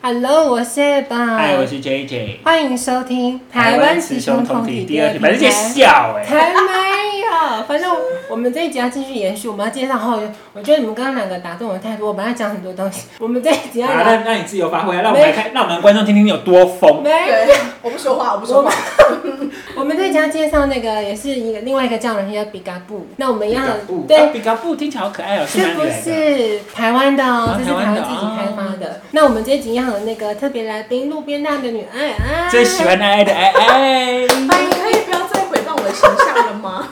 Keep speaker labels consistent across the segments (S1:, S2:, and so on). S1: Hello，我是吧。
S2: 嗨，我是 JJ。
S1: 欢迎收听
S2: 师兄第二题，反正在笑哎、
S1: 才没有，反正我们这一集要继续延续，我们要介绍后。我觉得你们刚刚两个打动我太多，我本来讲很多 东西，我们这一集要
S2: 好，
S1: 聊。
S2: 那那你自由发挥啊，让我们来看，让我们观众听听你有多疯。
S1: 没，
S3: 对，我不说话，我不说话。
S1: 我们这一集要介绍那个也是一个另外一个叫人叫比嘎布，那我们
S2: 比
S1: 要
S2: 卡布，啊
S1: 对。
S2: 比卡布听起来好可爱哦、是
S1: 是
S2: 哪
S1: 不
S2: 里来的？
S1: 是台湾的哦？
S2: 啊
S1: 这是台
S2: 台湾
S1: 湾
S2: 的
S1: 自己开发的。那我们这一集要有那个特别来宾，路边摊的女爱啊爱，
S2: 最喜欢爱爱的哎爱爱。
S3: 哎，你可以不要再回到我的形象了吗？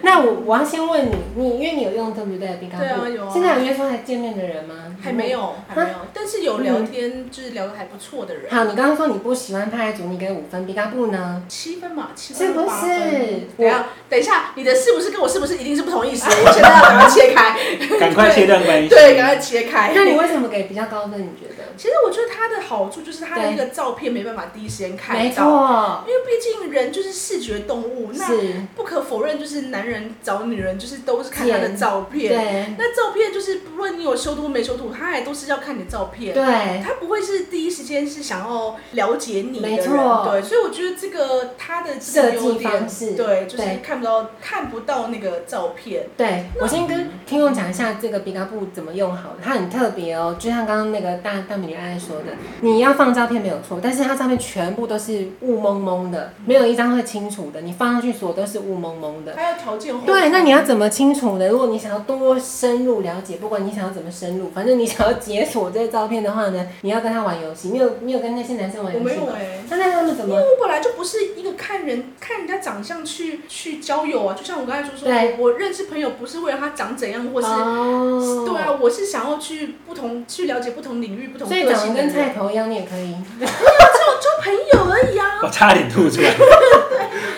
S1: 那我我要先问你，你因为你有用对不对冰缸布？
S3: 对啊有啊
S1: 现在有约出来见面的人吗？
S3: 还没。有，还没有，嗯但是有聊天，就是聊得还不错的人，
S1: 嗯好，你刚刚说你不喜欢派组，你给五分，冰缸布呢？
S3: 七分嘛，七
S1: 是
S3: 分
S1: 不
S3: 八分
S1: 是。？
S3: 等一下，等一下，你的是不是跟我是不是一定是不同意思？我现在要赶快切 开，
S2: 赶快切断关系。
S3: 对，赶快切开。
S1: 那你为什么给比较高分？你觉得？
S3: 其实我觉得它的好处就是它的那个照片没办法第一时间
S1: 没
S3: 看到，
S1: 错，
S3: 因为毕竟人就是视觉动物，那
S1: 是，
S3: 不可否认就是男人找女人就是都是看他的
S1: 见
S3: 照片，
S1: 对，
S3: 那照片就是不论你有修图没修图，他也都是要看你的照片，
S1: 对，
S3: 他不会是第一时间是想要了解你的
S1: 哎没
S3: 人，
S1: 错
S3: 对，所以我觉得这个他的这个
S1: 设计
S3: 优点
S1: 方式
S3: 对，就是
S1: 对
S3: 看不到看不到那个照片，
S1: 对。我先跟听众讲一下这个比嘎布怎么用好了，它很特别哦，就像刚刚那个大大美女爱爱说的，你要放照片没有错，但是它上面全部都是雾蒙蒙的，没有一张会清楚的，你放上去所有都是雾蒙蒙的。
S3: 他要条件化
S1: 对，那你要怎么清楚呢？如果你想要多深入了解，不管你想要怎么深入，反正你想要解锁这些照片的话呢，你要跟他玩游戏。你有你有跟那些男生玩
S3: 我
S1: 游
S3: 没
S1: 戏
S3: 有
S1: 吗？
S3: 哎、
S1: 那那他们怎
S3: 因
S1: 么？
S3: 为我本来就不是一个看人看人家长相去去交友啊，就像我刚才说说，
S1: 对
S3: 我我认识朋友不是为了他长怎样，或是、
S1: 哦
S3: 对啊，我是想要去不同去了解不同领域、不同
S1: 所以
S3: 个
S1: 长得
S3: 性的
S1: 跟
S3: 人，
S1: 菜头一样，你也可以。
S3: 交朋友而已啊。
S2: 我差点吐出来。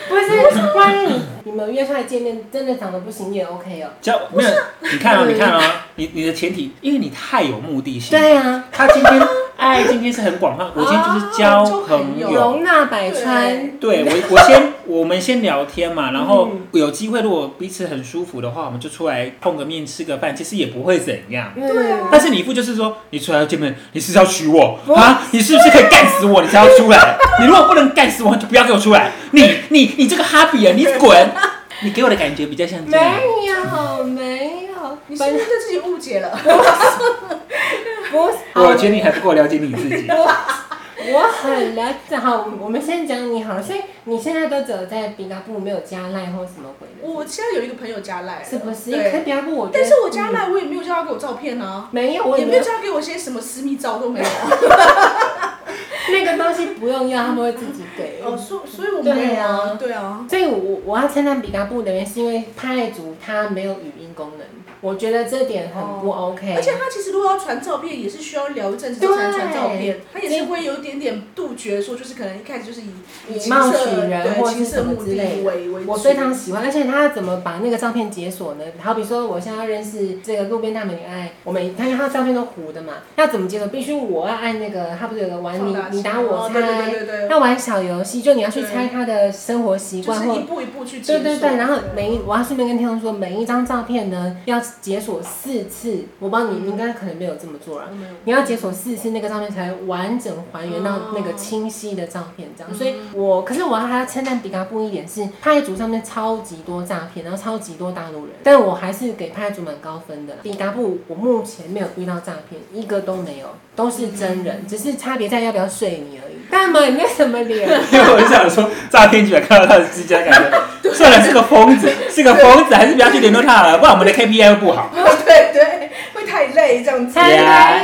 S1: 不 是，万一你你们约出来见面，真的长得不行，你也 OK 哦。
S2: 叫没有，你看哦，
S1: 嗯
S2: 你看哦，你你的前提，因为你太有目的性。
S1: 对啊，
S2: 他今天爱今天是很广泛，我今天就是交
S3: 交
S2: 朋
S3: 朋友
S2: 友。
S1: 容纳百川。
S2: 对我，我先我们先聊天嘛，然后
S1: 嗯
S2: 有机会如果彼此很舒服的话，我们就出来碰个面吃个饭，其实也不会怎样。
S1: 对
S3: 啊
S2: 但是你一副就是说，你出来要见面，你是不是要娶我
S1: 不
S2: 啊？你是不是可以干死我，你才要出来？你如果不能干死我，就不要给我出来。你你你这个哈比人，啊你滚！你给我的感觉比较像这样。
S1: 没有没有，
S3: 啊你是
S1: 反
S3: 不
S1: 正
S3: 是对自己误解了？
S1: 不是。
S2: 我觉得你还不够了解你自己。
S1: 我很了解，好，我们先讲你好了，所以你现在都只有在比嘎布没有加赖或什么鬼的，
S3: 我现在有一个朋友加赖了，
S1: 是不是？因为
S3: 对，
S1: 比嘎布我觉得，
S3: 但是我加赖我也没有叫他给我照片啊，
S1: 没有，我也
S3: 也
S1: 没
S3: 没有
S1: 有
S3: 叫他给我些什么私密照都 没有。
S1: 那个东西不用要，他们会自己给。
S3: 哦，所所以我没
S1: 对
S3: 有
S1: 啊
S3: 啊，对啊。
S1: 所以我，我我要称赞比嘎布的原因是因为派族它没有语音功能，我觉得这点很不 OK。
S3: 而且他其实如果要传照片，也是需要聊一阵子才能传照片
S1: 对，
S3: 他也是会有一点点杜绝，说就是可能一开始就是以
S1: 以
S3: 情
S1: 貌
S3: 色
S1: 取人
S3: 对
S1: 或是
S3: 情色
S1: 什么
S3: 目
S1: 之
S3: 的
S1: 类的
S3: 为为
S1: 我
S3: 主
S1: 非常喜欢，而且他怎么把那个照片解锁呢？好比说，我现在要认识这个路边大美女爱，我们看他的照片都糊的嘛，要怎么解锁？必须我要按那个，他不是有个玩
S3: 放
S1: 你
S3: 大
S1: 你打
S3: 器
S1: 我
S3: 哦对对
S1: 猜，
S3: 对对对，
S1: 要玩小游戏，就你要去
S3: 对
S1: 猜他的生活习
S3: 就
S1: 惯
S3: 是
S1: 或
S3: 一步一步去解
S1: 对对对，
S3: 锁
S1: 然后每一我要顺便跟听众说，每一张照片呢要解锁四次，我帮
S3: 嗯
S1: 你，你应该可能没有这么做啊啦。
S3: 我没有
S1: 你要解锁四次那个照片才完整还原到那个清晰的照片，这样。所以我，可是我还要称赞比嘎布一点是，派族上面超级多诈骗，然后超级多大陆人，但我还是给派族蛮高分的啦。比嘎布我目前没有遇到诈骗，一个都没有，都是真人，只是差别在要不要睡你而已。干嘛？你那什么脸？啊
S2: 因为我就想说，诈骗集团看到他的自家感 觉，算了，是个疯子，是个疯子，还是不要去联络他了，不然我们的 KPI 会不好。
S3: 对对，会太累这 样子。
S1: 才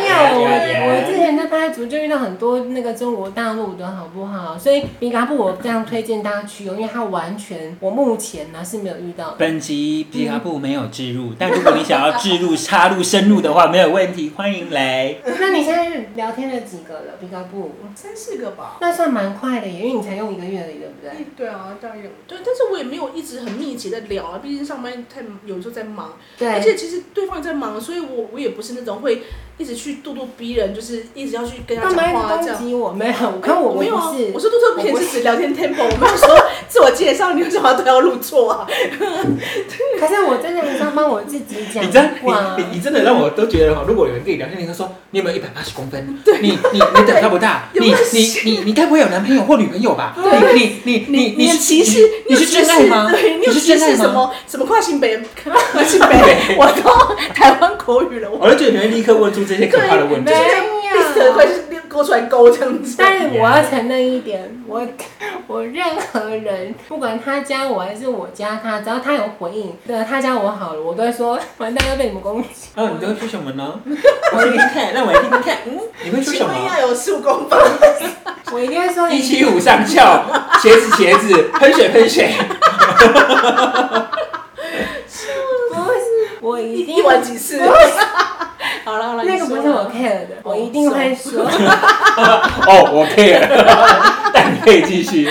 S1: 没有！
S2: 呀呀
S1: 我
S2: 呀
S1: 我之前在拍组就遇到很多那个中国大陆的好不好？所以比嘎布我非常推荐大家去用，因为它完全我目前呢是没有遇到的。
S2: 本集皮卡布没有置入，但如果你想要置入、插入、深入的话，没有问题，欢迎来。
S1: 那你现在聊天了几个了？比嘎布，
S3: 三四个吧。
S1: 那算蛮快的耶，因为你才用一个月而已，对不对？
S3: 对啊，当然有。对，但是我也没有一直很密集的聊啊，毕竟上班太有时候在忙，
S1: 对，
S3: 而且其实对方也在忙，所以我我也不是那种会一直去咄咄逼人，就是一直要去跟他
S1: 干
S3: 讲
S1: 嘛一直
S3: 话啊这
S1: 攻
S3: 样。
S1: 击我？没有，可我
S3: 我没有啊
S1: 不是，
S3: 我。说咄咄逼
S1: 我
S3: 人
S1: 不
S3: 是指聊天 tempo，我没有说自我介绍，你为什么要对号入座啊？
S1: 可是我真的很上帮我自己讲
S2: 你真
S1: 话
S2: 你你。你真的让我都觉得哈，如果有人跟你聊天，你会说你有没有一百八十公分？你你你胆大不大？
S3: 有
S2: 你
S3: 没有
S2: 你你你该不会有男朋友或女朋友吧？你你你
S3: 你
S2: 你
S3: 有
S2: 是
S3: 歧视，
S2: 你
S3: 有
S2: 是
S3: 歧
S2: 真
S3: 视
S2: 爱吗？
S3: 对，你有
S2: 是
S3: 歧
S2: 真爱
S3: 视
S2: 吗
S3: 什？么什么跨性别，跨性别，我都台湾口语了，我
S2: 我就觉得你会立刻问出这些可怕的问题
S1: 对。
S3: 闭着快是勾出来勾这样 子。
S1: 但是我要承认一点，我 我任何人，不管他加我还是我加他，只要他有回应，对他加我好了，我都会说完蛋要被你们攻击。
S2: 哦，你都会说什么呢？我听听看，让我来听听看。嗯，你会说什
S3: 请问
S2: 么？
S3: 要有十五公分，
S1: 我一定会说
S2: 一
S1: 你
S2: 七五上翘，鞋子鞋子，喷水喷水。
S1: 不是，我一定
S3: 一玩几次？ 好了好了，
S1: 那个不是我 care 的，我一定会说。
S2: 哦，我 care，但你可以继续。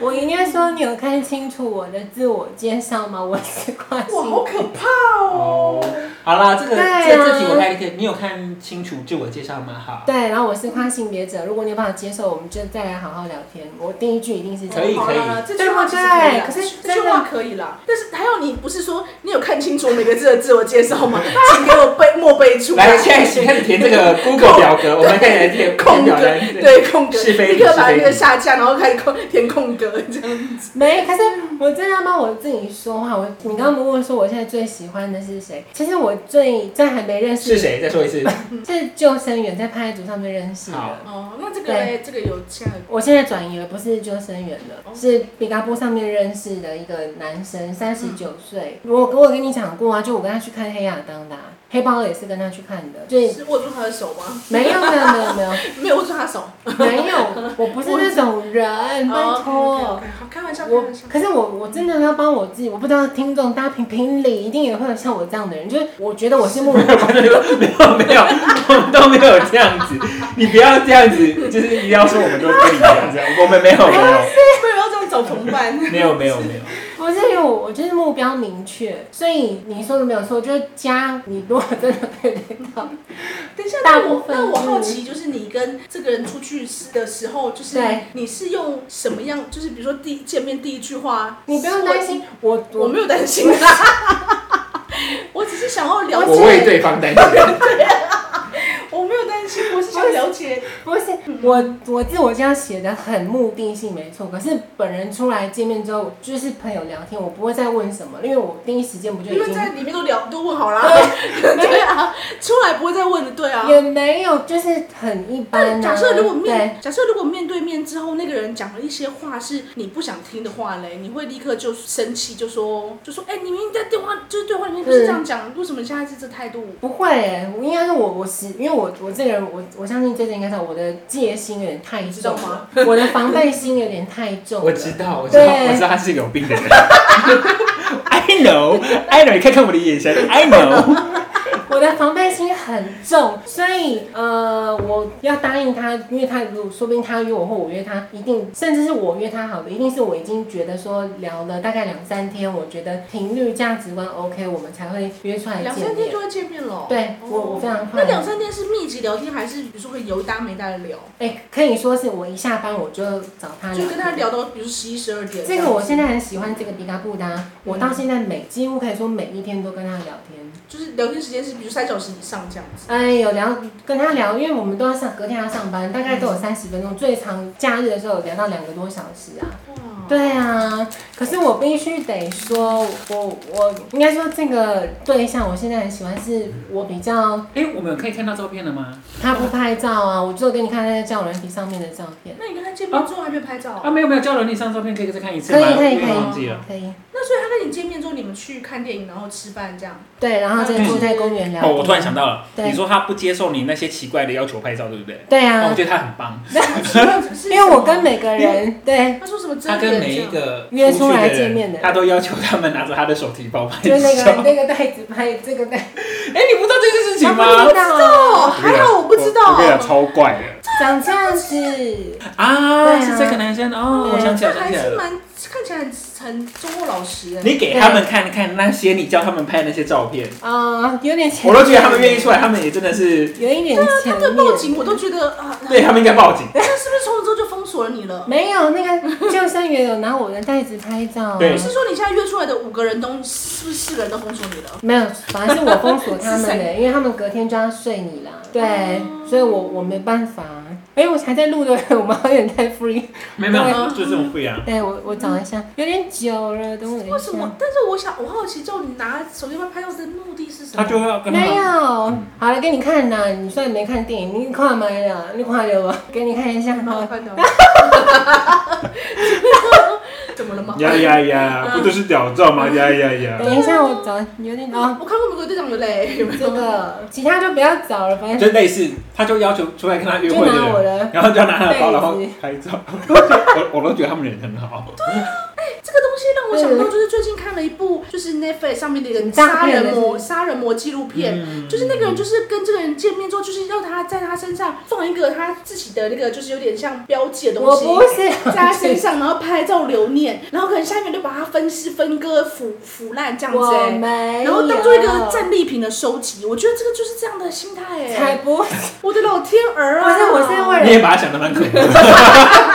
S1: 我应该说，你有看清楚我的自我介绍吗？我是跨
S3: 哇，好
S1: 性
S3: 可怕哦！
S2: 好啦，这个
S1: 对啊
S2: 这这题我看你可以，你有看清楚自我介绍吗？好，
S1: 对，然后我是跨性别者。如果你有办法接受，我们就再来好好聊天。我第一句一定是这
S2: 可以
S1: 样。
S3: 好啦这句话其实
S1: 对
S3: 啦
S1: 可是
S3: 这句
S1: 真的
S3: 话可以啦。但是还有，你不是说你有看清楚每个字的自我介绍 吗？请给我背默背
S1: 啊
S3: 出
S2: 来，
S3: 来。
S2: 现在请开始填这个 Google 表 格，我们可以来填
S3: 空格
S2: 表单，
S3: 对空格，
S2: 是非
S3: 立
S2: 题
S3: 刻把
S2: 是
S3: 那
S2: 非
S3: 个
S2: 题
S3: 下架，然后开始空填空格这样。
S1: 没，可是我真的要帮我自己说话。我你刚刚问说我现在最喜欢的是谁？其实我最在还没认识
S2: 是谁？再说一次。
S1: 是救生员，在派组上面认识
S2: 好
S1: 的。
S3: 哦，那这个嘞，这个有这样
S1: 我现在转移了，不是救生员了，
S3: 哦
S1: 是比嘎波上面认识的一个男生，三十九岁。我我有跟你讲过啊，就我跟他去看黑亚当的啊、黑豹二也是跟他去看的，就是
S3: 握住他的手吗？哦
S1: 没有没有没有没有
S3: 没有握住他的手。
S1: 没有，我不是那种人，拜
S3: 哦
S1: 托。
S3: ，OK，OK，OK，好，开玩笑，开
S1: 我
S3: 玩笑。
S1: 可是我我真的要帮我自己，我不知道听众大家评评理，一定也会有像我这样的人，就是我觉得我是目
S2: 没有没有，我们都没有这样子，你不要这样子，就是一定要说我们都跟你一样这样，我们没有没有
S3: 为什么要这样找同伴？
S2: 没有没有没有，
S1: 不是因为我我就是目标明确，所以你说的没有错，就是加你如果真的被雷到，
S3: 等一下，
S1: 大
S3: 那
S1: 部
S3: 我
S1: 分嗯
S3: 那我好
S1: 是
S3: 奇，就是你跟这个人出去的时候，就是
S1: 对
S3: 你是用什么样？就是比如说第一见面第一句话，
S1: 你不用担心，我
S3: 我，我
S1: 我
S3: 没有担心啦， 我只是想要了
S2: 我
S3: 解，
S2: 为对方担心。
S3: 我没有担心，我是想了解，
S1: 不是
S3: 嗯
S1: 我我自我介绍写的很目的性没错，可是本人出来见面之后就是朋友聊天，我不会再问什么，因为我第一时间不就已
S3: 因为
S1: 经
S3: 在里面都聊都问好啦， 对啊，出来不会再问的，对啊。
S1: 也没有，就是很一般、啊。
S3: 假设如果
S1: 对
S3: 面假设如果面对面之后，那个人讲了一些话是你不想听的话嘞，你会立刻就生气，就说就说，哎、你明明在电话就是对话里面不是这样讲，为什么现在是这态度？
S1: 不会、欸，我应该是我我是因为我我这个人我我相信这个应该是我的戒心有点太
S3: 知道
S1: 重
S3: 吗
S1: 了，我的防备心有点太重了。
S2: 我知道，我知道，
S1: 对
S2: 我知道他是个有病的人。I know, I know，你看看我的眼神，I know。
S1: 我的防备心很重，所以呃，我要答应他，因为他如果说不定他约我或我约他，一定甚至是我约他好的，一定是我已经觉得说聊了大概两三天，我觉得频率价值观 OK，我们才会约出来
S3: 两
S1: 见
S3: 三天
S1: 面
S3: 就。会见面了。
S1: 对
S3: 哦
S1: 我我非常快
S3: 那两三天是密集聊天，还是比如说会有搭没搭的聊？
S1: 哎、可以说是我一下班我就找他聊，
S3: 就跟他。聊到比如十一十二点。
S1: 啊这个我现
S3: 在
S1: 在很喜欢这个比嘎布达，我到现在每几乎可以说每一天都跟他聊天。
S3: 就是聊天时间是比如三小时以上这样子。
S1: 哎，有聊跟他聊，因为我们都要上隔天要上班，大概都有
S2: 嗯
S1: 三十分钟，最长假日的时候有聊到两个多小时啊。
S3: 哇，
S2: 哦
S1: 对啊，可是我必须得说，我我应该说这个对象，我现在很喜欢，是我比较
S2: 哎，我们有可以看到照片了吗？
S1: 他不拍照啊，我只有给你看那个交友软体上面的照片，
S3: 那你跟他见面之后还没有拍照、
S1: 哦
S2: 啊，没有没有，交流你上照片可以再看一次
S1: 可
S2: 吗？
S1: 以可以可
S2: 我有点忘记
S1: 以
S2: 了。
S1: 可以，
S3: 那所以他跟你见面之后，你们去看电影，然后吃饭这样。
S1: 对，然后再坐在公园聊。
S2: 哦，我突然想，到了，
S1: 对
S2: 你说他不接受你那些奇怪的要求拍照，对不对？
S1: 对
S2: 哦，我
S1: 啊，
S2: 觉得哦他很棒，
S1: 因为我跟每个人对
S3: 他说什么真
S2: 他
S3: 人这
S2: 跟
S3: 样？
S2: 每一个
S1: 约
S2: 出
S1: 出
S2: 去
S1: 来
S2: 的
S1: 见
S2: 人
S1: 面的
S2: 他都要求他们拿着他的手提包拍照。
S1: 就是那个
S2: 哎，
S1: 那个袋子拍这个袋，
S2: 你不知道这件事情吗？
S1: 他不知道，
S3: 哦，还好我不知道。
S2: 超怪的
S1: 长这样子，对
S2: 啊！
S1: 啊
S2: 是这个男生哦，
S1: 对啊
S2: 我想起来，我
S3: 这
S2: 想
S3: 还
S2: 起来
S3: 是
S2: 了。
S3: 蛮看起来很很中国老实哎。
S2: 你给他们看看那些你叫他们拍那些照片，
S1: 啊，有点前，
S2: 我都觉得他们愿意出来，他们也真的是，
S1: 有一点前
S3: 这报
S1: 面。
S3: 警我都觉得啊，
S2: 对他们应该报警。
S3: 这是不是从此之后就封锁了你了。
S1: 没有那个救生员有拿我的袋子拍照、啊，
S2: 对
S3: 你是说你现在约出来的五个人都是不是四个人都封锁你了？
S1: 没有，反正是我封锁他
S3: 是
S1: 们的，
S3: 谁
S1: 因为他们隔天就要睡你啦。对，所以我我没办法。哎、我还在录的，我们好像太 free。
S2: 没有没有，
S3: 嗯
S2: 就这种不一样。
S1: 对我我找一下，有点久了，等我一下。
S3: 为什么？但是我想，我好奇，就你拿手机拍拍照的目的是什
S2: 他
S3: 么？
S2: 就 会要跟他
S1: 没有，好了，给你看啦。你虽然没看电影，你看没了？你看了 吗？给你看一下
S3: 好
S1: 哈。
S3: 看的。 怎么了吗？
S4: 呀呀呀，不就是屌照吗？呀呀呀！
S1: 等一下，我找有点啊、
S3: 嗯我看过《美国队长》的嘞，有没有？
S1: 这个其他就不要找了，反正
S2: 就类似，他就要求出来跟他约
S1: 就
S2: 会的
S1: 拿我
S2: 人，
S1: 的。
S2: 然后就要拿他的包，然后
S1: 被子
S2: 拍照。 我我都觉得他们人很好，
S3: 这个东西让我想到，就是最近看了一部，就是 Netflix 上面的一个杀人魔杀人魔纪录片，
S2: 嗯
S3: 就是那个人就是跟这个人见面之后，就是要他在他身上放一个他自己的那个，就是有点像标记的东
S1: 我
S3: 西。
S1: 不是
S3: 在他身上，然后拍照留念，然后可能下面就把它分尸分割腐腐烂这样子、
S1: 我
S3: 欸，
S1: 没有。
S3: 然后当做一个战利品的收集。我觉得这个就是这样的心态哎、
S1: 才不是，
S3: 我的老天儿啊！
S1: 不是我是为了
S2: 你也把他想的蛮可怜的。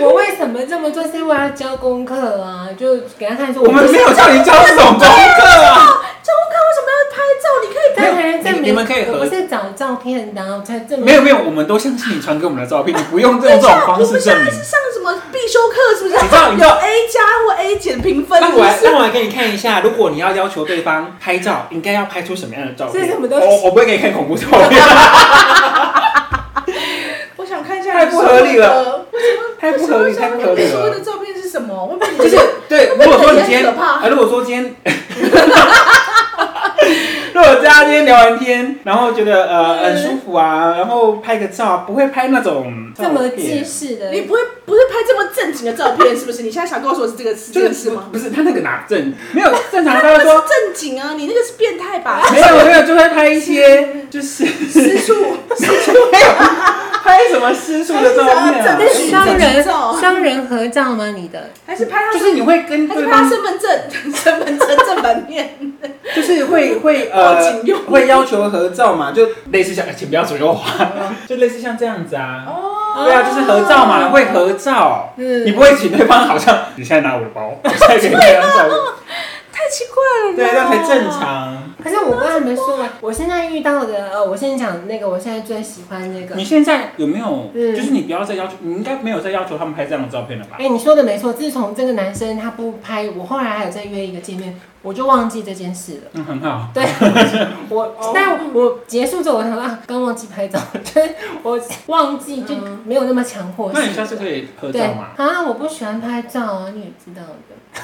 S1: 我为什么这么做？是因为要交功课啊，就给他看说
S2: 我们
S1: 不
S2: 没
S1: 是
S2: 有叫你交这种功课啊。
S3: 这我看为什么要拍照？你可以
S1: 当然证
S2: 你
S1: 明
S2: 你们可以合
S1: 我是找照片的啊，我才证明
S2: 没有没有，我们都相信你传给我们的照片，你不用用这种
S3: 哎
S2: 方式证明
S3: 是。上什么必修课是不是？
S2: 你知道你知道
S3: 有 A 加或 A 减评分，
S2: 那我来，
S3: 是
S2: 那我来给你看一下，如果你要要求对方拍照，应该要拍出什么样的照片？
S1: 这是什么东西
S2: 我我不会给你看恐怖照片，
S3: 我想看一下
S2: 太不合理
S3: 了，为什么？
S2: 太不合理，
S3: 为什
S2: 太
S3: 么
S2: 不合理
S3: 所谓的
S2: 了。
S3: 照片是什么？会不会
S2: 就是 对，如果说你今天，
S3: 很可怕
S2: 啊，如果说今天， 如果大家今天聊完天，然后觉得呃
S3: 嗯
S2: 很舒服啊，然后拍个照，不会拍那种
S1: 这么
S2: 近
S1: 记，事的
S3: 你。不会不是拍这么正经的照片是不是？你现在想告诉我是这个是这
S2: 就
S3: 件
S2: 是
S3: 事吗？
S2: 不是他那个哪正没有正常，
S3: 那
S2: 他会
S3: 不是
S2: 说
S3: 正经啊，你那个是变态吧？
S2: 没有没有，就会拍一 些就是
S3: 私处，
S2: 没有拍什么私处的照片
S3: 拍
S2: 啊
S3: 什么正，
S1: 商人
S3: 这种
S1: 商人合照吗？你的
S3: 还是拍他
S2: 就是你会跟
S3: 还是
S2: 对
S3: 拍他
S2: 方，
S3: 身份证， 身份证正反面，
S2: 就是会会
S3: 报
S2: 呃
S3: 警用
S2: 会要求合照嘛，就类似像，哎请不要左右滑，就类似像这样子啊。
S3: 嗯哦
S2: 对啊，就是合照嘛，会合照。
S1: 嗯
S2: 你不会请对方好像你现在拿我的 包，我再给你一张照片，
S3: 太奇怪了啦，
S2: 对，那才
S1: 啊
S2: 正常。
S1: 可是我刚才没说完，我现在遇到的呃，我先讲那个，我现在最喜欢那个
S2: 你。现在有没有？
S1: 嗯
S2: 就是你不要再要求，你应该没有再要求他们拍这样的照片了吧
S1: 哎、？你说的没错。自从这个男生他不拍，我后来还有再约一个见面，我就忘记这件事了。
S2: 嗯，很好。
S1: 对，我
S3: 哦，
S1: 但我结束之后，我想说啊，刚忘记拍照，就是我忘记就
S3: 嗯
S1: 没有那么强迫性。
S2: 那你下次可以合
S1: 对
S2: 照嘛？
S1: 啊，我不喜欢拍照啊，你也知道的。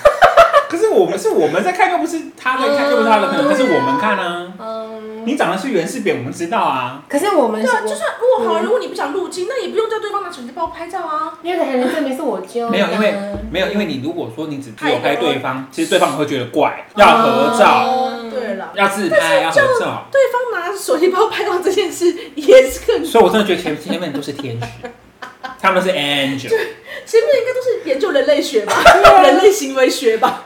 S2: 可是我们是我们在看，又不是他在看，
S1: 嗯
S2: 又不是他的朋友，可是我们看啊。
S1: 嗯，
S2: 你长得是袁世扁，我们知道啊。
S1: 可是我们
S3: 对啊，
S1: 我
S3: 就算如果好，如果你不想入境，那也不用叫对方拿手机帮我拍照啊。
S1: 因为还能证明是我揪的啊、
S2: 没有，因为没有，因为你如果说你只只有拍对方，其实对方会觉得怪，
S1: 哦
S2: 要合照，
S1: 哦
S3: 对了，
S2: 要自拍，要合照。
S3: 对方拿手机帮我拍照这件事也是更，
S2: 所以我真的觉得前前面都是天使，他 们是 angel。
S3: 前面应该都是研究人类学 吧，
S1: 啊
S3: 人类行为学吧。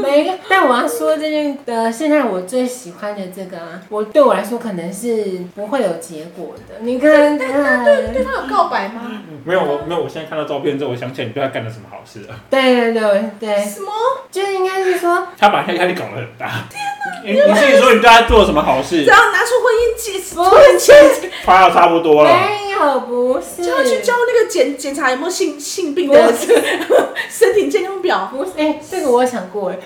S1: 没有。但我要说这件呃，现在我最喜欢的这个啊，我对我来说可能是不会有结果的。你看看，
S3: 对方有告白吗？
S2: 没有，我没有，我现在看到照片之后，我想起来你对他干了什么好事 了。
S1: 对对对对，
S3: 什么？
S1: 就是应该是说，
S2: 他把他压力搞得很大。你你自己说你对他做了什么好事
S3: 只？要拿出婚姻解释，
S1: 不
S4: 快要差不多了，
S2: 哎
S1: 没有，不是，
S3: 就要去交那个检检查有没有性性病的 身体健康表。
S1: 不是，哎、这个我想 过哎。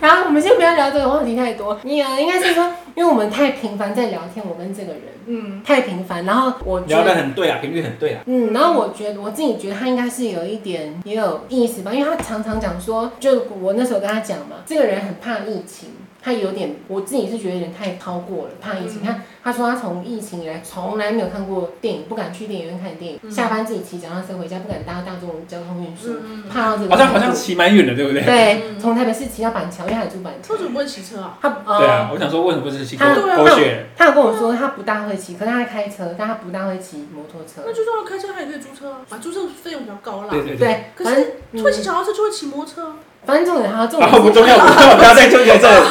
S1: 然后我们先不要聊这个话题太多。你啊，应该是说，因为我们太频繁在聊天，我跟这个人
S3: 嗯，
S1: 太频繁。然后我觉
S2: 聊得
S1: 得，
S2: 很对啊，频率很对啊。
S1: 嗯，然后我觉得我自己觉得他应该是有一点也有意思吧，因为他常常讲说，就我那时候跟他讲嘛，这个人很怕疫情。他有点，我自己是觉得有点太超过了，怕疫情。
S3: 嗯
S1: 他他说他从疫情以来从来没有看过电影，不敢去电影院看电影，
S3: 嗯
S1: 下班自己骑脚踏车回家，不敢搭大众交通运输，
S3: 嗯
S1: 怕到这个
S2: 好像
S1: 程
S2: 好像
S1: 度
S2: 骑蛮远的，对不对？
S1: 对，
S3: 嗯
S1: 从台北市骑到板桥，因为他也住板桥
S3: 车。主不会骑车啊？
S1: 他呃
S2: 对啊，我想说为什么不是骑狗
S1: 他
S3: 对啊
S2: 狗血？
S1: 他有跟我说他不大会骑，可是他会开车，但他不大会骑摩托车
S3: 那。就算了，开车他也可以租车啊，啊，租车费用比较高啦。
S2: 对对对。
S1: 对，
S3: 可
S1: 反正嗯
S3: 是会骑脚踏车就会骑摩托车啊。
S1: 反正重点还有重
S2: 啊，不
S1: 点
S2: 重要，不重要，不要再纠结这个。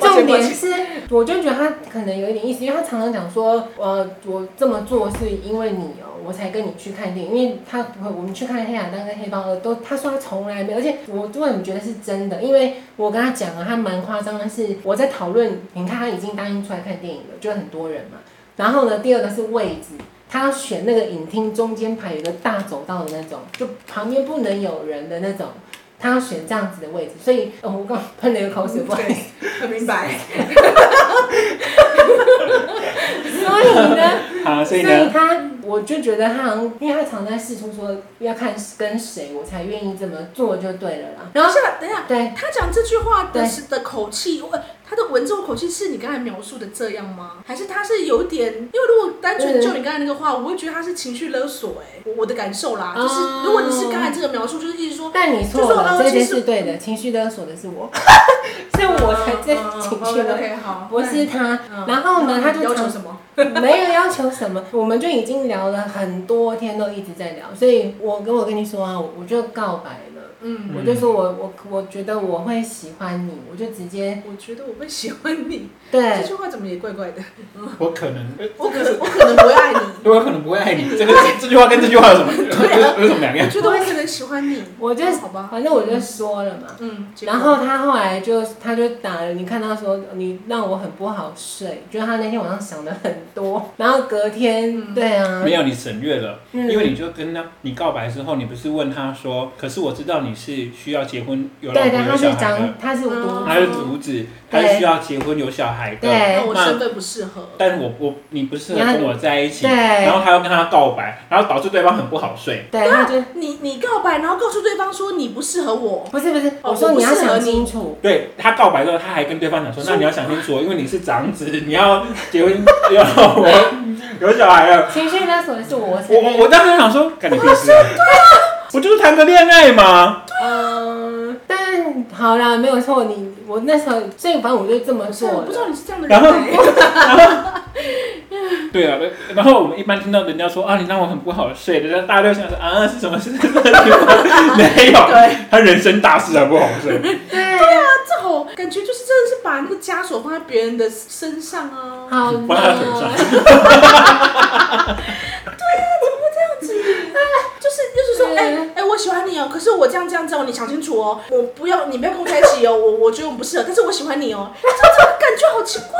S1: 重点是，我就觉得他可能有一点意思，因为他常常讲说，呃，我这么做是因为你哦、我才跟你去看电影，因为他我们去看黑亚当跟黑豹二都，他说他从来没有，而且我突然觉得是真的，因为我跟他讲啊，他蛮夸张的是，我在讨论，你看他已经答应出来看电影了，就很多人嘛，然后呢，第二个是位置。他要选那个影厅中间排有一个大走道的那种，就旁边不能有人的那种，他要选这样子的位置，所以、呃我刚喷了一个口水，不好意思。
S3: 很明白。
S1: 所以呢，
S2: 好，所
S1: 所
S2: 以
S1: 以
S2: 呢，
S1: 他，我就觉得他好像，因为他常在试出说要看跟谁，我才愿意这么做就对了啦。然
S3: 等一
S1: 后
S3: 下，等一下，
S1: 对，
S3: 他讲这句话的
S1: 对
S3: 是的口气，呃他的文字和口气是你刚才描述的这样吗？还是他是有点？因为如果单
S1: 嗯
S3: 纯就你刚才那个话，我会觉得他是情绪勒索、哎，我我的感受啦，
S1: 哦
S3: 就是如果你是刚才这个描述，就是一直说，
S1: 但你错
S3: 就说
S1: 了，
S3: 哦
S1: 这件
S3: 其实
S1: 是对的，情绪勒索的是我，所以哦我才在情绪勒索，
S3: 哦 OK 好，
S1: 不是他
S3: 嗯。
S1: 然后呢，他就
S3: 要
S1: 常
S3: 求什么？
S1: 没有要求什么，我们就已经聊了很多天，都一直在聊。所以我跟我跟你说啊，我我就告白了，
S3: 嗯，
S1: 我就说我我我觉得我会喜欢你，我就直接
S3: 我觉得我会喜欢你，这
S1: 嗯对。
S3: 句话怎么也怪怪的。
S2: 我可能，
S3: 我可我可能不会爱你，
S2: 我可能不会爱你。这个这句话跟这句话有什么有有什么两
S3: 我
S2: 样？
S3: 觉得我可能喜欢你。
S1: 我就
S3: 嗯好吧，
S1: 反正我就说了嘛，
S3: 嗯，结果
S1: 然后他后来就他就打了，你看他说你让我很不好睡，就是他那天晚上想的很多，然后隔天、
S3: 嗯
S1: 对啊，
S2: 没有，你省略了，
S1: 嗯
S2: 因为你就跟他你告白之后，你不是问他说，可是我知道你是需要结婚有老
S1: 对
S2: 婆
S1: 对，
S2: 有
S1: 他是
S2: 小孩的
S1: 讲，他是
S3: 嗯
S1: 独
S2: 他
S1: 子，
S2: 是独子，他是需要结婚有小孩的，
S1: 对
S3: 那我身份不适合。
S2: 但我我你不适合
S1: 你要
S2: 跟我在一起，
S1: 对
S2: 然后他又跟他告白，然后导致对方很不好睡。
S1: 对，他就
S3: 你你告白，然后告诉对方说你不适合我，
S1: 不是不是，
S3: 哦
S1: 我说
S3: 我不
S1: 你要
S3: 适合
S1: 想
S3: 你
S1: 清楚，
S2: 对他告白之后，他还跟对方讲说：“那你要想清楚，因为你是长子，你要结婚， 有老婆，有小孩了。
S1: 情绪勒索的是我，
S2: 我”我我当时想说，干你屁事啊！不就是谈个恋爱吗？
S1: 嗯，但好啦，没有错，你我那时候，所以反正我就这么
S3: 不是
S1: 做
S3: 我
S1: 了
S3: 不知。道你是这样的人
S2: 然后
S3: 欸、
S2: 对啊，然后我们一般听到人家说啊，你让我很不好睡，人家大家都想说啊，是什 么事？是什么事没有，
S3: 对，
S2: 他人生大事还啊不好睡。
S1: 对，
S3: 这好感觉就是真的是把那个枷锁放在别人的身上啊。
S1: 好
S2: 嗯放在他腿上
S1: 了，
S3: 哎就是就是说，
S1: 对
S3: 哎、哎、我喜欢你哦，可是我这样这样这样，你想清楚哦，我不要你不要跟我在一起哦，我我觉得我们不适合，但是我喜欢你哦，这这个感觉好奇怪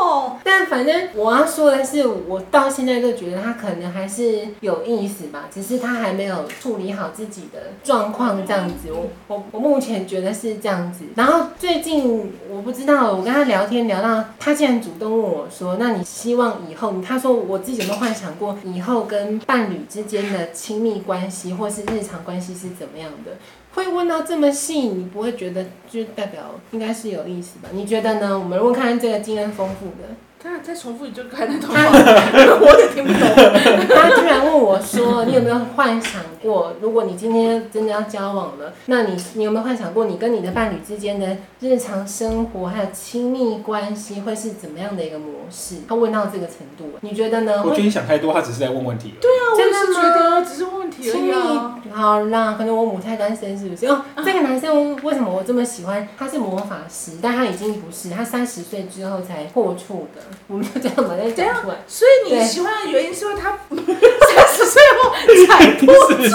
S3: 哦。
S1: 但反正我要说的是，我到现在就觉得他可能还是有意思吧，只是他还没有处理好自己的状况这样子。我我我目前觉得是这样子。然后最近我不知道，我跟他聊天聊到，他竟然主动问我说：“那你希望以后？”他说我自己有没有幻想过以后跟伴侣之间的亲密关系或是日常关系是怎么样的？会问到这么细，你不会觉得就代表应该是有意思吧？你觉得呢？我们问看看这个经验丰富的。
S3: 看再重复你就开那段话， 我也听不懂。
S1: 他居然问我说：“你有没有幻想过，如果你今天真的要交往了，那你你有没有幻想过，你跟你的伴侣之间的日常生活还有亲密关系会是怎么样的一个模式？”他问到这个程度，你觉得呢？
S2: 我觉得
S1: 会
S2: 你想太多，他只是在问问题而已。
S3: 对啊，我也
S1: 真的
S3: 是
S1: 吗
S3: 觉得只是问题而
S1: 亲
S3: 已
S1: 密
S3: 啊。
S1: 好啦，可能我母胎单身是不是？哦，这个男生为什么我这么喜欢？他是魔法师，但他已经不是，他三十岁之后才破处的。我们就这样把它讲出来。
S3: 所以你
S1: 对
S3: 喜欢的原因是因为他 三十岁后才
S2: 你是不是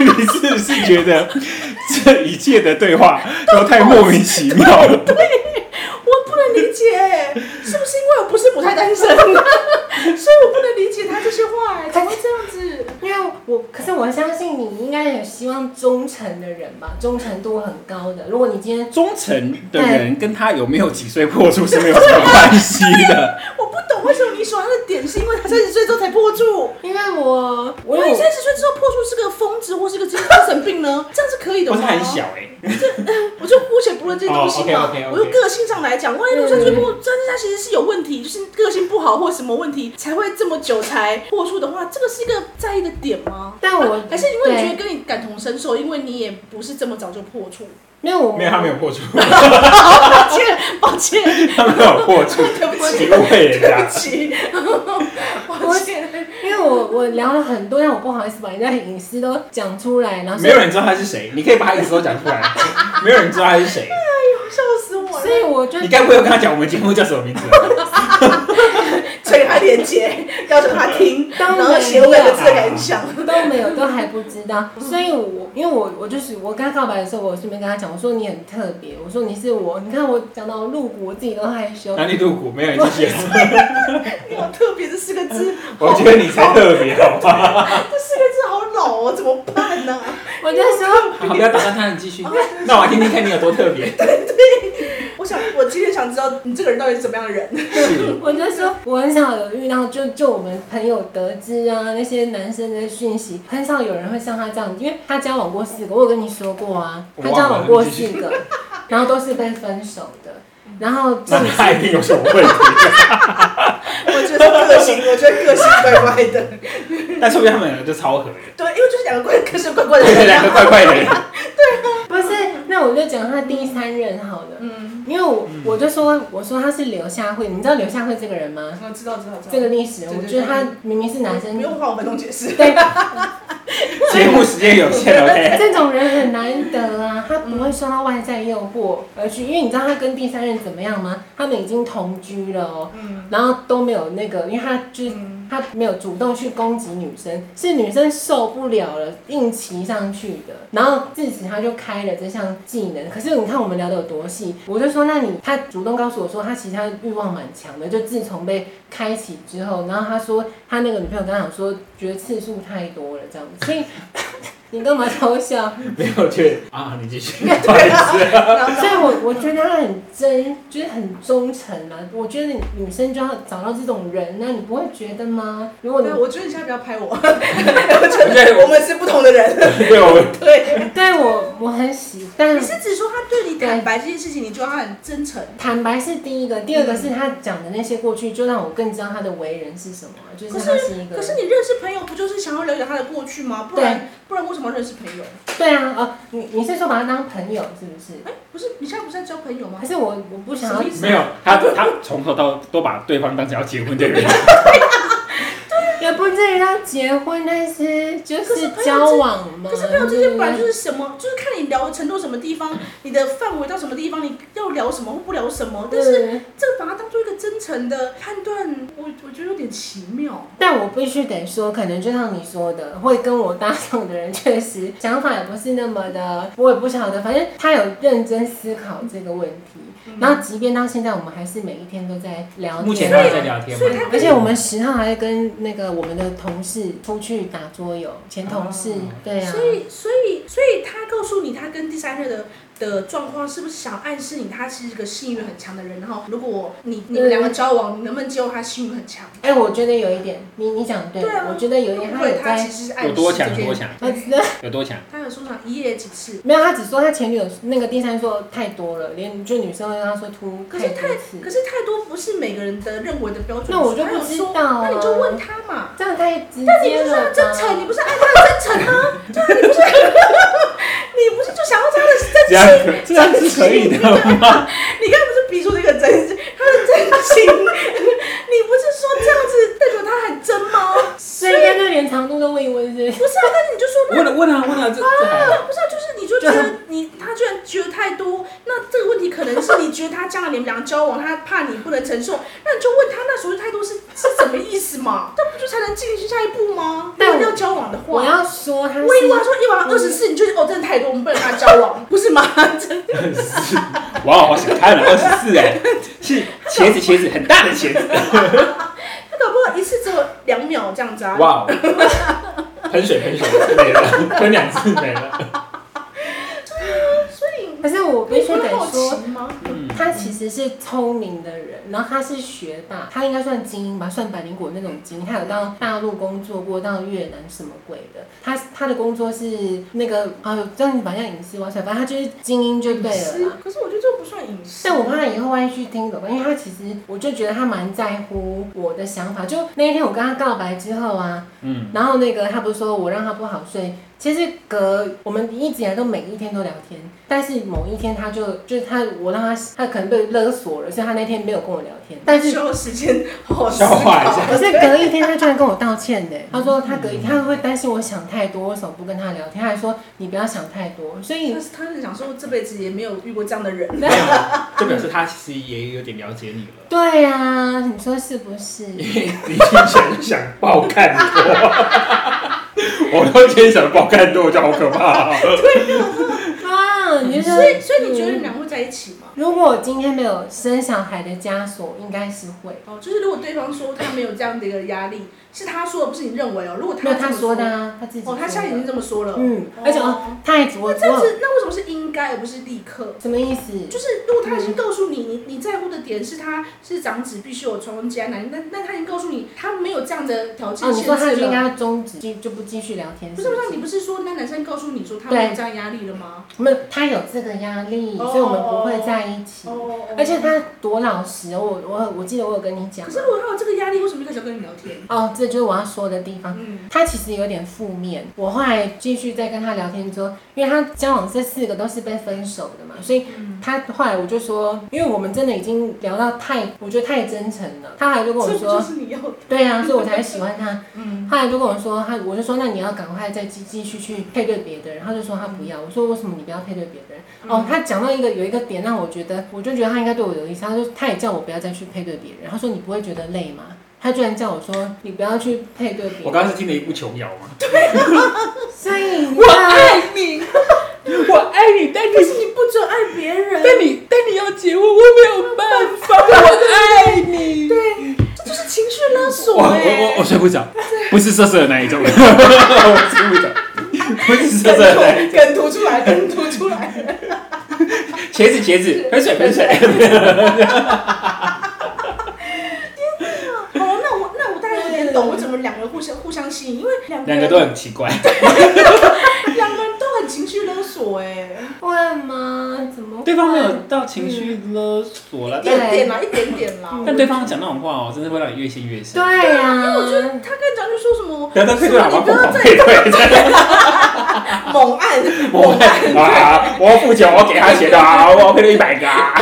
S2: 你是不是觉得这一切的对话都太莫名其妙了？
S3: 我不能理解，是不是因为我不是母胎单身，所 以我不能理解他这些话，哎怎么会这样子？
S1: 因为我，可是我相信你应该有希望忠诚的人吧，忠诚度很高的。如果你今天
S2: 忠诚的人跟他有没有几岁破处是没有什么关系的。
S3: 我不懂为什么你喜欢的点是因为他三十岁之后才破处。
S1: 因为我我
S3: 我
S1: 有
S3: 以三十岁之后破处是个疯子或是个精神病呢？ 这样是可以的
S2: 不
S3: 吗？
S2: 是很，小哎、
S3: 我就姑且不论这些东西嘛。
S2: 哦，OK，OK，OK
S3: 我就个性上来讲，万一陆三岁破，真的他其实是有问题，就是个性不好或什么问题才会这么久才破处的话，这个是一个在意的点吗？
S1: 但我
S3: 还是因为你觉
S1: 对
S3: 得跟你感同身受，因为你也不是这么早就破处。
S1: 没有我
S2: 没有，他没有破处，
S3: 抱歉， 抱歉，
S2: 他没有破处，
S3: 对不
S2: 你
S3: 起，
S2: 误会人
S3: 对
S2: 家
S3: 不。 起，抱歉。
S1: 因为我我聊了很多，但我不好意思把人家的隐私都讲出
S2: 啊
S1: 来，然后
S2: 没有人知道他是谁，你可以把他一直都讲出来，没有人知道他是谁。
S3: 笑死我
S1: 所所以我就
S2: 你该不会有跟他讲我们节目叫什么名 字吧？
S3: 催他连接，要求他听，
S1: 当然
S3: 然后写我两个字的感想。
S1: 都没有，都还不知道。所以我，因为我我就是我跟他告白的时候，我顺便跟他讲，我说你很特别，我说你是我，你看我讲到露骨，我自己都害羞。
S2: 哪里露骨？没有，你继续。
S3: 你好哎特别，这四个字，
S4: 我觉得你才特别，好不好？
S3: 这四个字好老哦，怎么办呢、
S1: 我就说，
S2: 好，不要打断他，你继续。那我来听听看你有多特别。
S3: 我想，我今天想知道你这个人到底是怎么样 的人。
S2: 是，
S1: 我就说我很少有遇到，就就我们朋友得知啊，那些男生的讯息，很少有人会像他这样，因为他交往过四个，我有跟你说过啊，他交往过四个，然后都是被分手的，然后这
S4: 那他一定有什么问题？
S3: 我觉得个性，我觉得个性怪怪的。
S2: 但说不定他们两个就超合的，
S3: 对，因为就是两个怪，个性怪怪的
S2: 对，
S3: 人
S2: 两
S3: 啊。
S2: 个怪怪的人。
S1: 不是，那我就讲他第三任好了。
S3: 嗯，
S1: 因为我我就说，我说他是刘夏慧，你知道刘夏慧这个人吗？
S3: 我知道，知道，知道。
S1: 这个历史人，
S3: 对
S1: 我
S3: 对
S1: 觉得他
S3: 嗯对
S1: 明明是男生
S3: 不，用花五分钟解释。
S1: 对，
S2: 节目时间有限，OK。
S1: 这种人很难得啊，他不会受到外在诱惑而去，因为你知道他跟第三任怎么样吗？他们已经同居了哦，
S3: 嗯
S1: 然后都没有那个，因为他就是
S3: 嗯
S1: 他没有主动去攻击女生，是女生受不了了，硬骑上去的。然后自此他就开了这项技能。可是你看我们聊的有多细，我就说，那你他主动告诉我说，他其实他欲望蛮强的，就自从被开启之后，然后他说他那个女朋友跟他讲说，觉得次数太多了这样子，所以你干嘛偷笑？
S2: 没有觉得啊，你继续。
S1: 所以我我觉得他很真，就是很忠诚啊。我觉得女生就要找到这种人那你不会觉得吗？如果你
S3: 对，我觉得你现在不要拍我，我觉 得我们是不同的人。
S4: 对，我
S3: 对，
S1: 对我我很喜，但
S3: 你是指说他对你坦白这件事情，你觉得他很真诚？
S1: 坦白是第一个，第二个是他讲的那些过去，就让我更知道他的为人是什么啊，就是他是一个
S3: 可是你认识朋友不就是想要了解他的过去吗？不然不然为什么要认识朋友？
S1: 对啊，哦，你你是说把他当朋友是不是？
S3: 哎，不是，你现在不是在交朋友吗
S1: 可？是我我不想
S3: 什
S1: 要
S3: 么意，思
S2: 没有，他他从头到都把对方当成要结婚的人。
S1: 也不至于要结婚，但是就
S3: 可是
S1: 是
S3: 朋友
S1: 交往嘛。
S3: 可是朋友之间本来就
S1: 对
S3: 是什么，就是看你聊的程度什么地方，你的范围到什么地方，你要聊什么或不聊什么。
S1: 不对
S3: 但是
S1: 对
S3: 这个把它当做一个真诚的判断，我我觉得有点奇妙。
S1: 但我必须得说，可能就像你说的，会跟我搭档的人确实想法也不是那么的，我也不晓得，反正他有认真思考这个问题。
S3: 嗯
S1: 然后，即便到现在，我们还是每一天都在聊天。
S2: 目前还在聊天吗
S3: 所以？他
S1: 而且我们十号还跟那个我们的同事出去打桌游，前同事，对啊
S3: 所，以所以所以他告诉你他跟第三任的的状况，是不是想暗示你他是一个性欲很强的人？然后如果你你们两个交往，你能不能接受他性欲很强？
S1: 哎、我觉得有一点，你你讲对，
S3: 对啊
S1: 我觉得有一
S3: 会
S1: 点
S3: 不
S1: 他
S3: 会
S1: 有在
S3: 他其，实是暗示
S2: 有多强
S3: 这？件
S2: 多强？
S1: 他 只是
S2: 有多强？
S3: 他有说上一夜几次，
S1: 没有，他只说他前女友那个第三说太多了，连就女生会跟他说突
S3: 可
S1: 太
S3: 是
S1: 多
S3: 可
S1: 次，
S3: 是太多不是每个人的认为的标准。
S1: 那我就不
S3: 他有
S1: 知
S3: 说
S1: 道啊
S3: 那你就问他嘛。
S1: 这样太直
S3: 但你
S1: 接
S3: 不是
S1: 了
S3: 要
S1: 吧
S3: 真诚，你不是爱他的真诚啊？ 对啊，你不是， 你不是就想要他的
S4: 这样
S3: 真情？
S4: 这样是可以的吗？
S3: 你刚才不是比出这个真心，他的真心，你不是说这样子代表他很真吗？
S1: 所以他就连长度都问一问是不是
S3: 不是啊，但是你就说
S2: 问
S3: 那。
S2: 了问啊问啊，这这还好。
S3: 那不是啊，就是你就觉得你他居然觉得太多，那这个问题可能是你觉得他将来你们俩交往，他怕你不能承受，那你就问他那所谓太多是是什么意思嘛？这不就才能进行下一步吗？
S1: 但
S3: 如
S1: 我
S3: 果要交往的话，
S1: 我要说他是
S3: 我以为他说一晚上二十次，你就觉得哦，真的太多，我们不能跟他交往，不是吗？ 真的，
S2: 哇，好想 看了，二十四哎，是茄子茄子很大的茄子，
S3: 他搞不好一次只有两秒这样子啊。
S2: 哇，喷水喷水没 了，喷两次没了。
S3: 所以
S1: 可是我必
S3: 你
S1: 须
S3: 不会
S1: 得
S3: 好
S1: 说
S3: 奇，吗？
S1: 他其实是聪明的人，然后他是学霸，他应该算精英吧，算百灵果那种精英。他有到大陆工作过，到越南什么鬼的。他他的工作是那个，啊，这样把人家隐私挖出来，反正他就是精英就对了啦。
S3: 可是我觉得这不算隐私。
S1: 但我怕他以后万一去听怎么办？因为他其实我就觉得他蛮在乎我的想法。就那一天我跟他告白之后啊，
S2: 嗯，
S1: 然后那个他不是说我让他不好睡，其实隔我们一直以来都每一天都聊天，但是某一天他就就是他，我让他他可能被勒索了，所以他那天没有跟我聊天。但是
S3: 需要时间好好
S2: 消化一下
S3: 思考
S1: 可是隔一天他居然跟我道歉呢，他说他隔一他会担心我想太多，为什么不跟他聊天？他还说你不要想太多，所 以
S3: 但是他是想说，我这辈子也没有遇过这样的人。
S4: 就表示他其实也有点了解你了。
S1: 对呀、啊，你说是不 是？
S2: 你去想想爆看多， 我都先想爆看多，我觉得好可
S1: 啊，
S2: 怕、
S1: 你就说
S3: 所以，所以你觉得你俩会在一起吗？
S1: 如果今天没有生小孩的枷锁，应该是会。
S3: 哦，就是如果对方说他没有这样的一个压力，是他说的，不是你认为哦。如果他
S1: 没有他
S3: 这么
S1: 说的，啊，他自己
S3: 哦，他现在已经
S1: 说的
S3: 这么说了。
S1: 嗯，而且哦，他还我
S3: 那这样
S1: 我
S3: 子，那为什么是应该而不是立刻？
S1: 什么意思？
S3: 就是如果他已经告诉你，你你在乎的点是他是长子必须有传宗接代，那那他已经告诉你他没有这样的条
S1: 哦，
S3: 件
S1: 你
S3: 限
S1: 说他
S3: 制
S1: 就应
S3: 了。
S1: 该终止，就就不继续聊天。
S3: 不是不是，你不是说那男生告诉你说他
S1: 对
S3: 没有这样压力了吗？
S1: 没有，他有这个压力，
S3: 哦
S1: 所以我们不会在一起。
S3: 哦，
S1: 而且他多老实，我我我记得我有跟你讲
S3: 可。是如果他有这个压力，为什么一开始要跟你聊天？
S1: 哦，这就是我要说的地方。
S3: 嗯，
S1: 他其实有点负面。我后来继续在跟他聊天之后，因为他交往这四个都是被分手的嘛，所以
S3: 嗯
S1: 他后来我就说，因为我们真的已经聊到太，我觉得太真诚了。他后来就跟我
S3: 这不就
S1: 说，
S3: 是你要的？
S1: 对啊，所以我才喜欢他。
S3: 嗯，
S1: 后来就跟我说，他我就说那你要赶快再继继续去配对别的人，他就说他不要。我说为什么你不要配对别的人？
S3: 嗯
S1: 哦，他讲到一个有一个点让我觉得，我就觉得他应该对我有意思，他就他也叫我不要再去配对别人，他说你不会觉得累吗？他居然叫我说你不要去配对别人，
S2: 我刚刚是听了一部琼瑶嘛，
S1: 所以你
S4: 我
S1: 看
S4: 爱你，我爱你，但
S3: 但
S4: 你
S3: 嗯是你不准爱别人，
S4: 但你但你要结婚，我没有办法，我爱你。
S3: 对，这就是情绪勒
S4: 我
S3: 索
S4: 我
S3: 哎、
S4: 我我睡不着，不是色色的那一 种，
S2: 我听不懂，
S4: 不是色色的 那一种。
S3: 梗吐出来，梗吐出来。
S4: 茄子茄子，喷水喷水。
S3: 哦，那我那我大概有点懂为什么两个人互相互相吸引，因为两个
S4: 两
S3: 人
S4: 个都很奇怪，
S3: 两个人都很情绪勒索哎、
S1: 会吗？怎么会
S4: 对方没有到情绪勒索了，
S3: 一
S4: 但
S3: 点点啦，一点点啦。啊
S4: 但对方讲那种话哦，真的会让你越陷越深。
S1: 对呀、啊，因为我觉
S3: 他跟讲就说什么，
S2: 不要再配对好吗？
S3: 你不
S2: 疯
S3: 要
S2: 狂
S3: 再
S2: 配对，
S3: 猛 按，
S2: 我们啊，我要付钱，我要给他钱的啊， 我要配对一百个啊，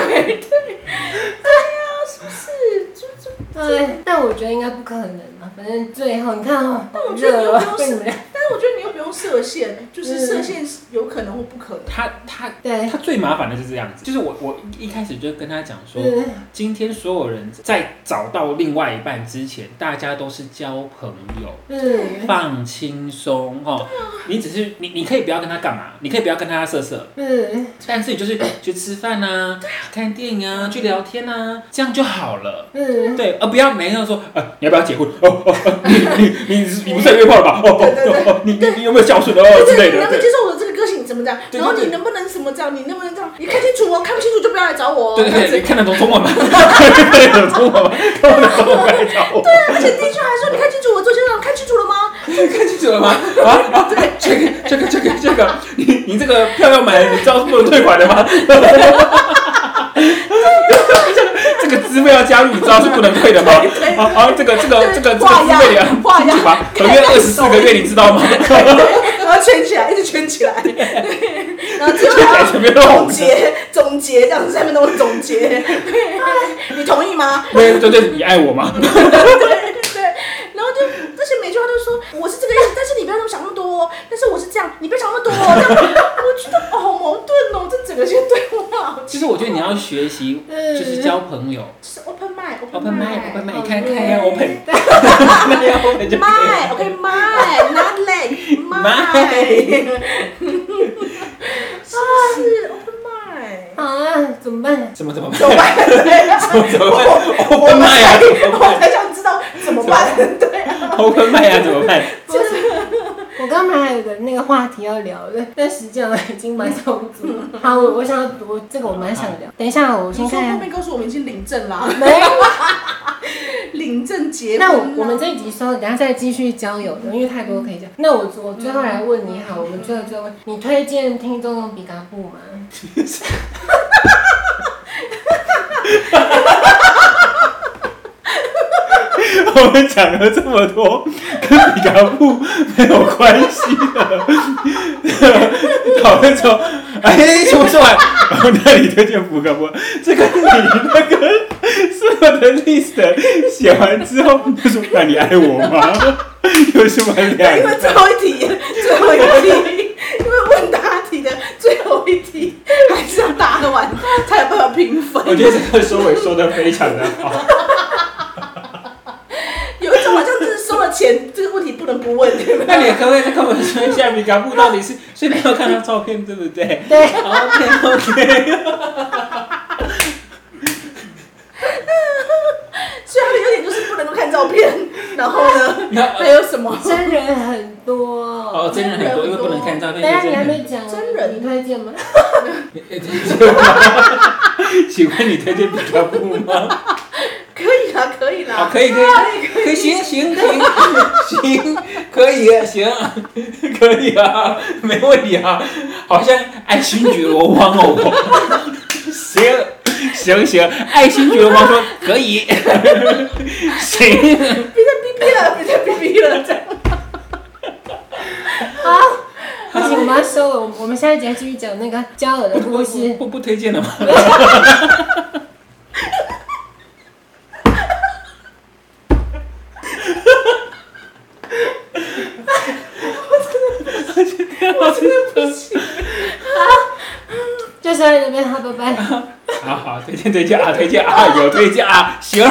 S3: 是，就就，
S1: 对，但我觉得应该不可能啊。反正最后你看哦，
S3: 但我觉得
S1: 热
S3: 有
S1: 了，
S3: 有
S1: 被你
S3: 什
S1: 们俩
S3: 但是我觉得你又不用设限，就是
S1: 嗯
S3: 设限是有可能或不可能。
S4: 他他
S1: 对，
S4: 他最麻烦的是这样子，就是我我一一开始就跟他讲说，
S1: 嗯，
S4: 今天所有人在找到另外一半之前，大家都是交朋友。
S1: 嗯
S4: 放轻松哈，哦你只是你，你可以不要跟他干嘛，你可以不要跟他色色，
S1: 嗯，
S4: 但是你就是 去吃饭啊，看电影啊，去聊天啊，这样就好了。
S1: 嗯，
S4: 对，而不要每天都说，呃，你要不要结婚？哦哦，哦
S2: 你你不是在约炮了吧？哦哦哦哦，你你你有没有孝顺哦之类
S3: 你
S2: 的？
S3: 能不能
S2: 对
S3: 接受我的这个个性？怎么讲？
S4: 对
S3: 然后
S4: 对对
S3: 你能不能什么这样？你能不能这样？你看清楚哦，看不清楚就不要来找我哦。
S4: 对对对，你看得懂中文吗？
S2: 对的，中文吗？ 中文中文来找我，
S3: 啊而且的确还说，你看清楚我做先生看清楚了吗？
S4: 看清楚了吗？ 啊啊，这个这个这个这个，你你这个票要买了，你知道不能退款的吗？
S2: 这个资费要加入，你知道是不能退的吗？啊啊，这个这个这个这个
S3: 画
S2: 资
S3: 押
S2: 费你要
S3: 画押
S2: 清楚吧？合约二十四个月，你知 道吗？
S3: 然后圈起来，一直圈起来，然后最后
S2: 在前面都
S3: 总
S2: 红 的。
S3: 结总结这样子，下面都是总结，哎你同意吗？
S2: 对对对，你爱我吗？
S3: 对，然后就而且每句话都说我是这个意思，但是你不要那么想那么多、哦，但是我是这样，你不要想那么多、哦。这样我觉得哦好矛盾哦，这整个些对话
S4: 其实我觉得你要学习，就是交朋友
S3: 就是 open mind，open
S4: ，open mind，open mind，看
S1: 对
S4: 看要 open，那要 open 就可以
S3: mind，OK mind，not leg，mind，是啊 open mind。
S1: 啊，怎么办？
S4: 怎么怎么办？
S3: 怎么办？对啊
S4: 怎么办
S3: 我们
S4: ？Open 麦啊，
S3: 才
S4: 怎 么
S3: 我才想知道怎么办。对啊，
S4: 办？Open 麦啊，怎么办？
S1: 我刚才还有个那个话题要聊的，但时间我已经蛮充足了。好，我我想要我这个我蛮想聊。等一下，我
S3: 你
S1: 先
S3: 说后
S1: 看
S3: 面告 诉我们已经领证啦，
S1: 没有。
S3: 领证结婚啦。
S1: 那我我们这一集说，等一下再继续交友的，因为太多可以讲。那我我最后来问你好，我们最后最后问你推荐听众用比嘎布吗？
S2: 我们讲了这么多，
S4: 跟皮卡布没有关系的。讨论说，哎，什么时候来？然后那里推荐皮卡布，这个你那个所有的 list 写完之后，你就说那你爱我吗？有什么两
S3: 因为最后一题，最后一题，因为问答题的最后一题还是要答得完才有办法评分。
S2: 我觉得这个收尾收的非常的好。
S3: 有一种好像就是收了钱，这个问题不能不问。
S4: 那你可不可以再跟我们说一下米卡布到 底是？所以你有看到照片对不 对
S1: 对，
S4: ？OK OK，
S3: 虽然有点就是不能够看照片，然后呢，还有什么？
S1: 真人很多。
S4: 哦，真人很多，因为不能看照片，
S1: 等一下
S4: 所以
S1: 你还
S4: 真人
S1: 没讲，
S3: 真人
S1: 你推荐吗？
S4: 请问你推荐皮卡布吗？
S3: 可以啦，可以
S4: 啊，
S3: 啦。
S4: 可以可以可以，行行行 行，可以啊行， 可以啊，没问题啊，好像爱新觉罗王哦，行行行，爱新觉罗王说可以，行，
S3: 别再逼逼了，别再逼逼了，这样。
S1: 好，不行，我们要收了。我们我们下一节继续讲那个交友的故事。
S4: 不不推荐了吗？
S1: 就说到这边，好，拜拜。
S4: 好好，推荐推荐啊，推荐啊，有推荐啊，行。